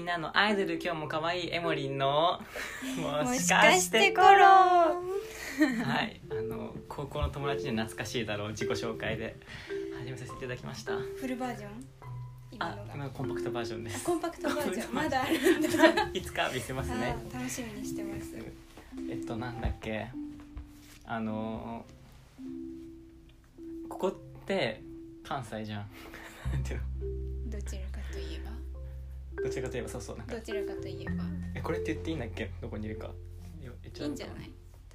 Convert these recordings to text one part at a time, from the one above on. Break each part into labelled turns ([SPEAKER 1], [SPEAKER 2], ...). [SPEAKER 1] んなのアイドル今日も可愛いエモリ ンのも
[SPEAKER 2] も
[SPEAKER 1] し
[SPEAKER 2] し
[SPEAKER 1] か
[SPEAKER 2] か
[SPEAKER 1] し
[SPEAKER 2] してて
[SPEAKER 1] コ
[SPEAKER 2] コ
[SPEAKER 1] ロ
[SPEAKER 2] ロ
[SPEAKER 1] はいあの高校の友達には懐かしいだろう自己紹介で始めさせていただきました
[SPEAKER 2] フルバージョン今
[SPEAKER 1] あ
[SPEAKER 2] のが
[SPEAKER 1] 今コンパクトバージョンです
[SPEAKER 2] コンパクトバージョン
[SPEAKER 1] コンパ
[SPEAKER 2] ま
[SPEAKER 1] クト
[SPEAKER 2] だあるんだ
[SPEAKER 1] いつか見せますね
[SPEAKER 2] あー楽しみにしてます
[SPEAKER 1] えっとなんだっけあのーここって関西じゃん なんていう
[SPEAKER 2] どちらかといえ
[SPEAKER 1] のどちらかといえばそうそうなん
[SPEAKER 2] ば
[SPEAKER 1] か
[SPEAKER 2] どちらかといえば
[SPEAKER 1] えこれって言っていいんだっけどこにいるかよ言っちゃ
[SPEAKER 2] いうい
[SPEAKER 1] の
[SPEAKER 2] んじ
[SPEAKER 1] か
[SPEAKER 2] ゃない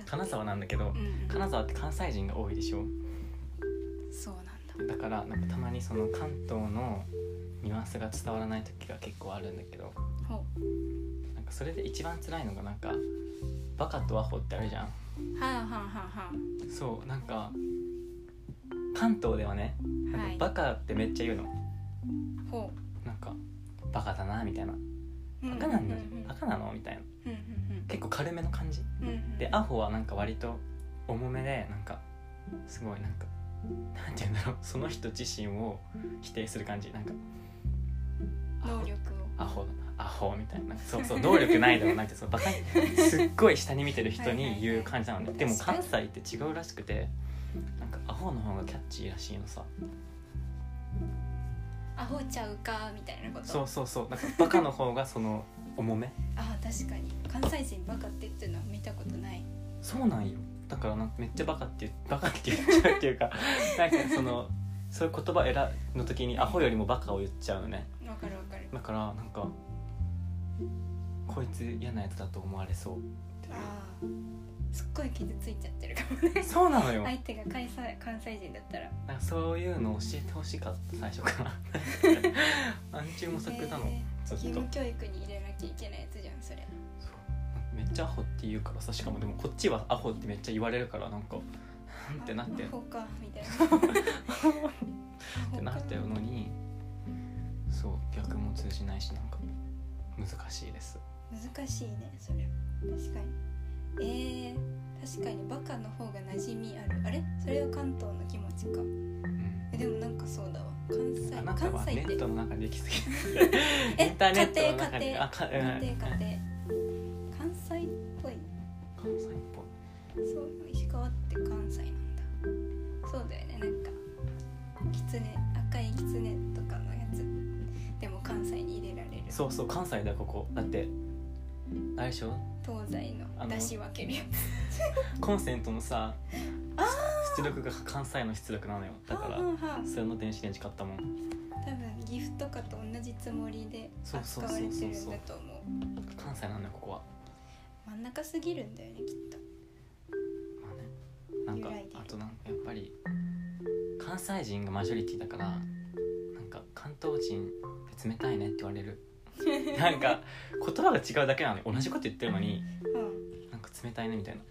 [SPEAKER 1] 金沢なんだけど
[SPEAKER 2] うんうん
[SPEAKER 1] 金沢って関西人が多いでしょ
[SPEAKER 2] そうなんだ
[SPEAKER 1] だからなんかたまにその関東のニュアンスが伝わらない時が結構あるんだけど
[SPEAKER 2] ほ
[SPEAKER 1] なんかそれで一番辛いのがなんかバカとアホってあるじゃん
[SPEAKER 2] うはあはあは
[SPEAKER 1] そうなんか関東ではね
[SPEAKER 2] あはあは
[SPEAKER 1] なん
[SPEAKER 2] い
[SPEAKER 1] かバカってめっちゃ言うの、
[SPEAKER 2] ほ
[SPEAKER 1] なんかバカだなみたいな
[SPEAKER 2] う
[SPEAKER 1] バカなんだ、
[SPEAKER 2] うんうんうん
[SPEAKER 1] バカなのみたいな
[SPEAKER 2] うんうん
[SPEAKER 1] 結構軽めの感じ、
[SPEAKER 2] うんうん
[SPEAKER 1] でアホはなんか割と重めでなんかすごいなんかなんて言うんだろうその人自身を否定する感じなんか
[SPEAKER 2] うん能力を
[SPEAKER 1] アホアホみたいなそうそう能力ないだろうなってそのバカにすっごい下に見てる人に言う感じなのねでも
[SPEAKER 2] 確か
[SPEAKER 1] 関
[SPEAKER 2] に
[SPEAKER 1] 西って違うらしくてなんかアホの方がキャッチーらしいのさ
[SPEAKER 2] アホちゃうかみたいなこと
[SPEAKER 1] そうそうそうなんかバカの方がその重め
[SPEAKER 2] あー確かに関西人バカって言ってるのは見たことない
[SPEAKER 1] そうなんよだからなんかめっちゃバカって言うバカって言っちゃうっていうか なんかそのそういう言葉選の時にアホよりもバカを言っちゃうのね
[SPEAKER 2] わかるわかる
[SPEAKER 1] だからなんかこいつ嫌なやつだと思われそうっていう
[SPEAKER 2] あーすっごい傷ついちゃってるかも ね
[SPEAKER 1] そうなのよ、
[SPEAKER 2] 相手が関西関西人だったら
[SPEAKER 1] なんかそういうの教えてほしかった最初から 暗中模索なの、
[SPEAKER 2] えー
[SPEAKER 1] ず
[SPEAKER 2] 義
[SPEAKER 1] っと
[SPEAKER 2] 務教育に入れなきゃいけないやつじゃんそれ
[SPEAKER 1] そうめっちゃアホって言うからさしかもでもこっちはアホってめっちゃ言われるからなんかなんてなって
[SPEAKER 2] アホかみたいな
[SPEAKER 1] ってなったよのにそう逆も通じないしなんか難しいです
[SPEAKER 2] 難しいねそれは確かにえー、確かにバカの方が馴染みあるあれそれは関東の気持ちか
[SPEAKER 1] うん
[SPEAKER 2] えでもなんかそうだわ関西
[SPEAKER 1] あなたは
[SPEAKER 2] 関西
[SPEAKER 1] ネ
[SPEAKER 2] って
[SPEAKER 1] ットの中で行き過ぎ
[SPEAKER 2] え
[SPEAKER 1] インターネットの中
[SPEAKER 2] 家
[SPEAKER 1] で
[SPEAKER 2] 庭
[SPEAKER 1] あかうん
[SPEAKER 2] 家庭家庭家庭関西っぽい
[SPEAKER 1] 関西っぽい
[SPEAKER 2] そう石川って関西なんだそうだよねなんか狐赤い狐とかのやつでも関西に入れられる東
[SPEAKER 1] そうそう関西だよここだってあれでしょ
[SPEAKER 2] 西の出し分けるやつ
[SPEAKER 1] コンセントのさ出力が関西の出力なのよだか
[SPEAKER 2] は
[SPEAKER 1] ら
[SPEAKER 2] あはあはあ
[SPEAKER 1] それの電子レンジ買ったもん
[SPEAKER 2] 多分ギフとかと同じつもりで
[SPEAKER 1] そうそう
[SPEAKER 2] 扱
[SPEAKER 1] そう
[SPEAKER 2] わ
[SPEAKER 1] そ
[SPEAKER 2] れ
[SPEAKER 1] う
[SPEAKER 2] てるんだと思う
[SPEAKER 1] 関西なんだよここは
[SPEAKER 2] 真ん中すぎるんだよねきっと
[SPEAKER 1] まあねなんか
[SPEAKER 2] 揺らいでる
[SPEAKER 1] あとなんかやっぱり関西人がマジョリティだからなんか関東人って冷たいねって言われるなんか言葉が違うだけなのに同じこと言ってるのに
[SPEAKER 2] うん
[SPEAKER 1] なんか冷たいねみたいな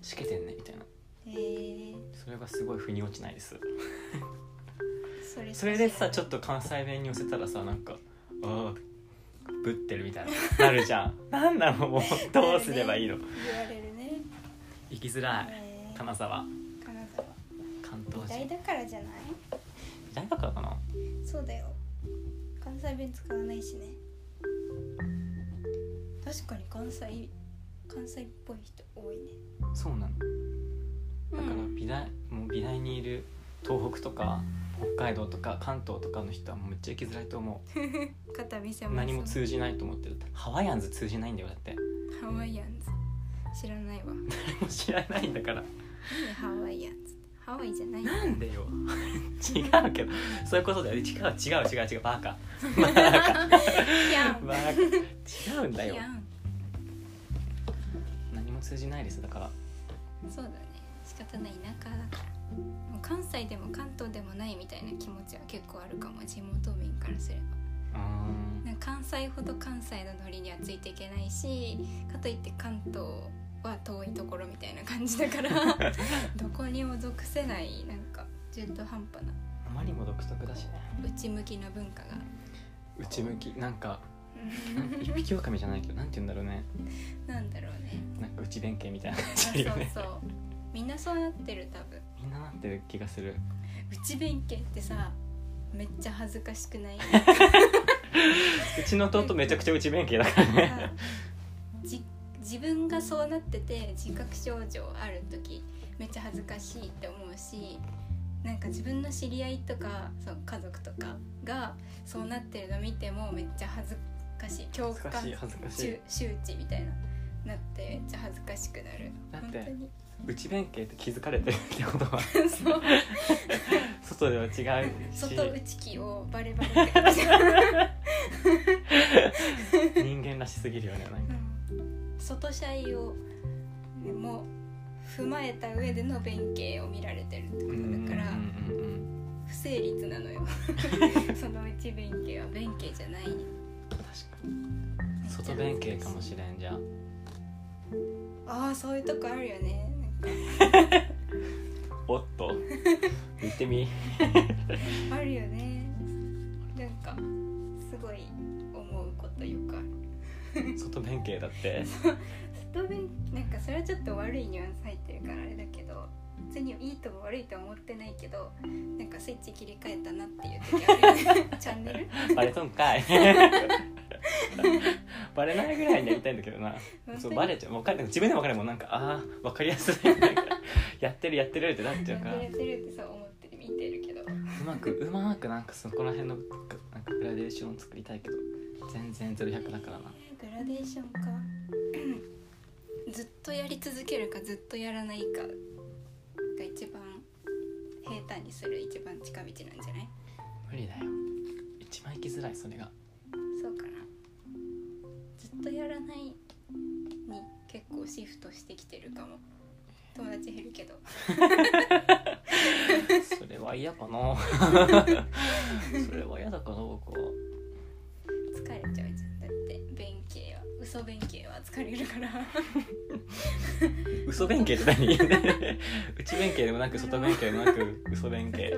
[SPEAKER 1] しけてんねみたいな
[SPEAKER 2] へえ
[SPEAKER 1] それがすごい腑に落ちないです
[SPEAKER 2] それ
[SPEAKER 1] それでさちょ
[SPEAKER 2] っ
[SPEAKER 1] っと関西弁に寄せたらさなんかああぶってるみたいななるじゃ んなんなのもうどうすれば いいの
[SPEAKER 2] と言われるね
[SPEAKER 1] 行きづらい
[SPEAKER 2] へえ
[SPEAKER 1] 金沢
[SPEAKER 2] 金沢
[SPEAKER 1] 関
[SPEAKER 2] 偉
[SPEAKER 1] 東人
[SPEAKER 2] 大だからじゃない
[SPEAKER 1] 大学からかな
[SPEAKER 2] そうだよ関西弁使わないしね確かに関西関西っぽい人多いね
[SPEAKER 1] そうなのだから美大、もう美大にいる東北とか北海道とか関東とかの人はもうめっちゃ行きづらいと思
[SPEAKER 2] 肩見せ
[SPEAKER 1] う何も通じないと思ってるハワイアンズ通じないんだよだ って
[SPEAKER 2] ハワイアンズ知らないわ
[SPEAKER 1] 誰も知らないんだから
[SPEAKER 2] 何ハワイアンズってハワイじゃない
[SPEAKER 1] なんでよ 違うけどそういうことだよ違う違う違う違うバカバカ
[SPEAKER 2] キャン
[SPEAKER 1] バカ違うんだよ
[SPEAKER 2] キャン
[SPEAKER 1] 何も通じないですだから
[SPEAKER 2] そうだね仕方ない田舎だからもう関西でも関東でもないみたいな気持ちは結構あるかも地元民からすれば
[SPEAKER 1] うーん
[SPEAKER 2] なんか関西ほど関西のノリにはついていけないしかといって関東は遠いところみたいな感じだ からどこにも属せないなんか中途半端な
[SPEAKER 1] あまりにも独特だしね
[SPEAKER 2] 内向きな文 化が
[SPEAKER 1] 内向きなん か
[SPEAKER 2] う
[SPEAKER 1] なんか一匹狼じゃないけどなんて言うんだろうね
[SPEAKER 2] んなんだろうね
[SPEAKER 1] なんか内弁慶みたいな感
[SPEAKER 2] あ
[SPEAKER 1] じ
[SPEAKER 2] そう
[SPEAKER 1] あるよね
[SPEAKER 2] そうみんなそうなってる多分
[SPEAKER 1] みんななってる気がする
[SPEAKER 2] 内弁慶ってさめっちゃ恥ずかしくない
[SPEAKER 1] うちの弟めちゃくちゃ内弁慶だからね
[SPEAKER 2] じ自分がそうなってて自覚症状ある時めっちゃ恥ずかしいって思うしなんか自分の知り合いとかそう家族とかがそうなってるの見てもめっちゃ恥ずかしい恐
[SPEAKER 1] 恥ず
[SPEAKER 2] 怖
[SPEAKER 1] か
[SPEAKER 2] 感
[SPEAKER 1] しい恥ずかしい
[SPEAKER 2] 周周知みたいななってめっちゃ恥ずかしくなる
[SPEAKER 1] だっ
[SPEAKER 2] 本
[SPEAKER 1] て
[SPEAKER 2] 当に
[SPEAKER 1] 内弁慶って気づかれてるってことは
[SPEAKER 2] そう
[SPEAKER 1] 外では違うし
[SPEAKER 2] 外打ち機をバレバレって感じ、うん
[SPEAKER 1] 人間らしすぎるよねなんか
[SPEAKER 2] 外シャイをねも踏まえた上での弁慶を見られてるってことだから
[SPEAKER 1] うんうん
[SPEAKER 2] 不成立なの よそのうち弁慶は弁慶じゃない
[SPEAKER 1] うん確かに外弁慶かもしれんじゃん
[SPEAKER 2] ああそういうとこあるよね
[SPEAKER 1] おっ と言ってみ
[SPEAKER 2] なんかあるよねなんかすごい思うことよくある
[SPEAKER 1] 外弁慶だって
[SPEAKER 2] 外弁なんかそれはちょっと悪いニュアンス入ってるからあれだけど別にいいとも悪いとは思ってないけどなんかスイッチ切り替えたなっていう時あるよ ねチャンネル
[SPEAKER 1] バレとんかいバレないぐらいにやりたいんだけどなそうバレちゃう分かる自分でも分かるもんなんかああ分かりやすいなんかやってるやってるってなっちゃ
[SPEAKER 2] や
[SPEAKER 1] う
[SPEAKER 2] っ
[SPEAKER 1] か
[SPEAKER 2] て
[SPEAKER 1] ら
[SPEAKER 2] るやってるってそう思って見てるけど
[SPEAKER 1] うまくうまくなんかそこら辺のなんかグラデーション作りたいけど全然ゼロ百だからな
[SPEAKER 2] グラデーションかずっとやり続けるかずっとやらないかが一番平坦にする一番近道なんじゃない
[SPEAKER 1] 無理だよ一番行きづらいそれが
[SPEAKER 2] そうかなずっとやらないに結構シフトしてきてるかも友達減るけど
[SPEAKER 1] それは嫌かなそれは嫌だかな僕は
[SPEAKER 2] 疲れちゃうじゃんだって弁慶は嘘弁慶は疲れるから
[SPEAKER 1] 嘘弁慶って何 内弁慶でもなく外弁慶でもなく嘘弁慶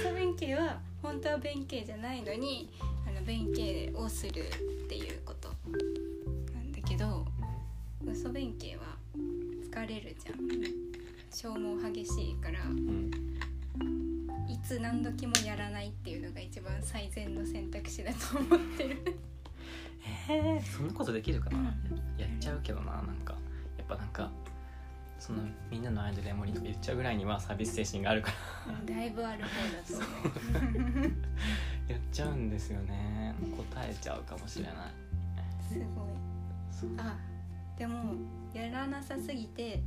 [SPEAKER 2] 嘘弁慶は本当は弁慶じゃないのにあの弁慶をするっていうことなんだけど嘘弁慶は疲れるじゃん消耗激しいから
[SPEAKER 1] うん
[SPEAKER 2] いつ何時もやらないっていうのが一番最善の選択肢だと思ってる
[SPEAKER 1] えーそんなことできるかな、
[SPEAKER 2] う
[SPEAKER 1] ややっちゃうけどななんかやっぱなんかそのみんなの間で森とか言っちゃうぐらいにはサービス精神があるから
[SPEAKER 2] だいぶある方だと思う
[SPEAKER 1] やっちゃうんですよね答えちゃうかもしれない
[SPEAKER 2] すごい
[SPEAKER 1] そう
[SPEAKER 2] あでもやらなさすぎて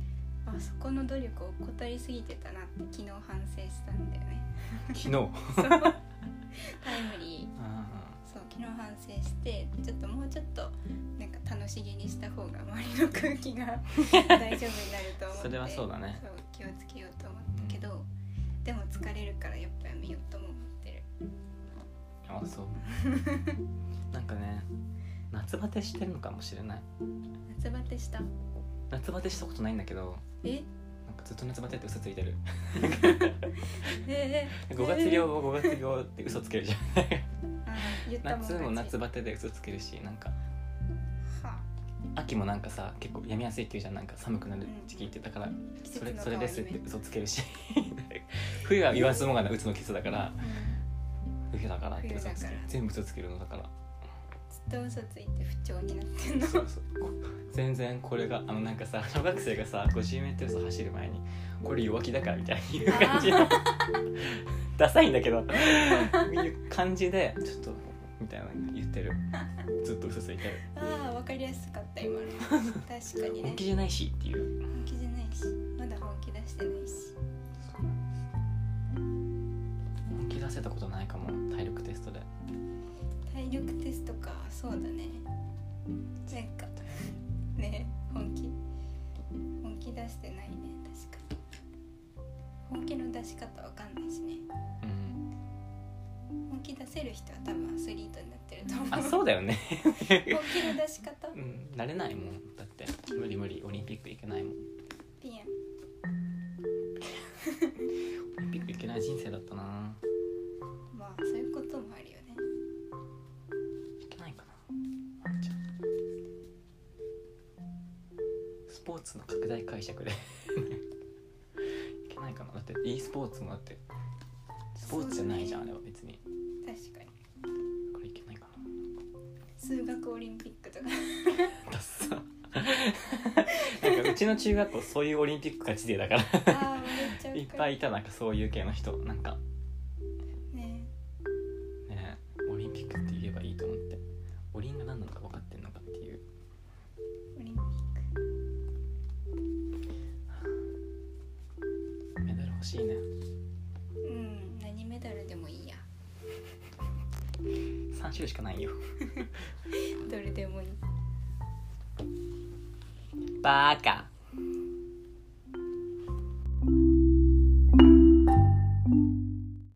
[SPEAKER 2] あそこの努力を怠りすぎてたなって昨日反省したんだよ ね
[SPEAKER 1] 昨日うん
[SPEAKER 2] タイムリーそう昨日反省してちょっともうちょっとなんか楽しげにした方が周りの空気 が大丈夫になると思って
[SPEAKER 1] それはそうだね
[SPEAKER 2] そう気をつけようと思ったけど、でも疲れるからやっぱやめようとも思ってる
[SPEAKER 1] あそう なんかね夏バテしてるのかもしれない
[SPEAKER 2] 夏バテした
[SPEAKER 1] 夏バテしたことないんだけど
[SPEAKER 2] え
[SPEAKER 1] なんかずっと夏バテって嘘ついてる
[SPEAKER 2] えー、
[SPEAKER 1] 5月病5月病って嘘つける じゃん
[SPEAKER 2] あ言ったもん
[SPEAKER 1] 夏
[SPEAKER 2] 勝ち
[SPEAKER 1] も夏
[SPEAKER 2] は
[SPEAKER 1] バテで嘘つけるしなんか
[SPEAKER 2] あ
[SPEAKER 1] 秋もなんかさ結構やみやすいっていうじゃんなんか寒くなる時期ってだから
[SPEAKER 2] 季
[SPEAKER 1] そ
[SPEAKER 2] 節の
[SPEAKER 1] れ
[SPEAKER 2] 変わ
[SPEAKER 1] それ
[SPEAKER 2] り目
[SPEAKER 1] ですって嘘つけるし 冬は言わずもがなうつの季節だか
[SPEAKER 2] う
[SPEAKER 1] ら
[SPEAKER 2] ん
[SPEAKER 1] 冬だからって嘘つ
[SPEAKER 2] 冬だか
[SPEAKER 1] ける
[SPEAKER 2] ら
[SPEAKER 1] 全部嘘つけるのだから
[SPEAKER 2] ずっと嘘ついて不調になってんの
[SPEAKER 1] そうそうこ全然これがあのなんか さ小学生がさ 50m 走走る前にこれ弱気だからみたいな感 じのダサいんだけどいう感じでちょっとみたいなの言ってるずっと嘘ついてる
[SPEAKER 2] ああわかりやすかった今の確かにね
[SPEAKER 1] 本気じゃないしっていう
[SPEAKER 2] 本気じゃないしまだ本気出してないし
[SPEAKER 1] 本気出せたことないかも体力テストで
[SPEAKER 2] 体力テストかそうだねなんかね本気本気出してないね確かに本気の出し方わかんないしね
[SPEAKER 1] うん
[SPEAKER 2] 本気出せる人は多分アスリートになってると思う
[SPEAKER 1] あそうだよね
[SPEAKER 2] 本気の出し方
[SPEAKER 1] うん慣れないもんだって無理無理オリンピック行けないもんオ
[SPEAKER 2] ピエン
[SPEAKER 1] リンピック行けない人生だったな
[SPEAKER 2] まあそういうこともあるよね
[SPEAKER 1] いけないかなあんちゃんスポーツの拡大解釈でいけないかなだって e スポーツもだってスポーツじゃないじゃんあれは別に
[SPEAKER 2] 確かに
[SPEAKER 1] これいけない
[SPEAKER 2] 数学オリンピックとか
[SPEAKER 1] ダッサなんかうちの中学校そういうオリンピック勝ち勢だから
[SPEAKER 2] ああ笑っちゃうから
[SPEAKER 1] いっぱいいたなんかそういう系の人なんか
[SPEAKER 2] ね
[SPEAKER 1] ねオリンピックって言えばいいと思ってオリンが何なのか分かってんのかっていう
[SPEAKER 2] オリンピック
[SPEAKER 1] メダル欲しいね
[SPEAKER 2] うん何メダルでもいいや
[SPEAKER 1] 3種類しかないよ
[SPEAKER 2] どれでもいい
[SPEAKER 1] バカ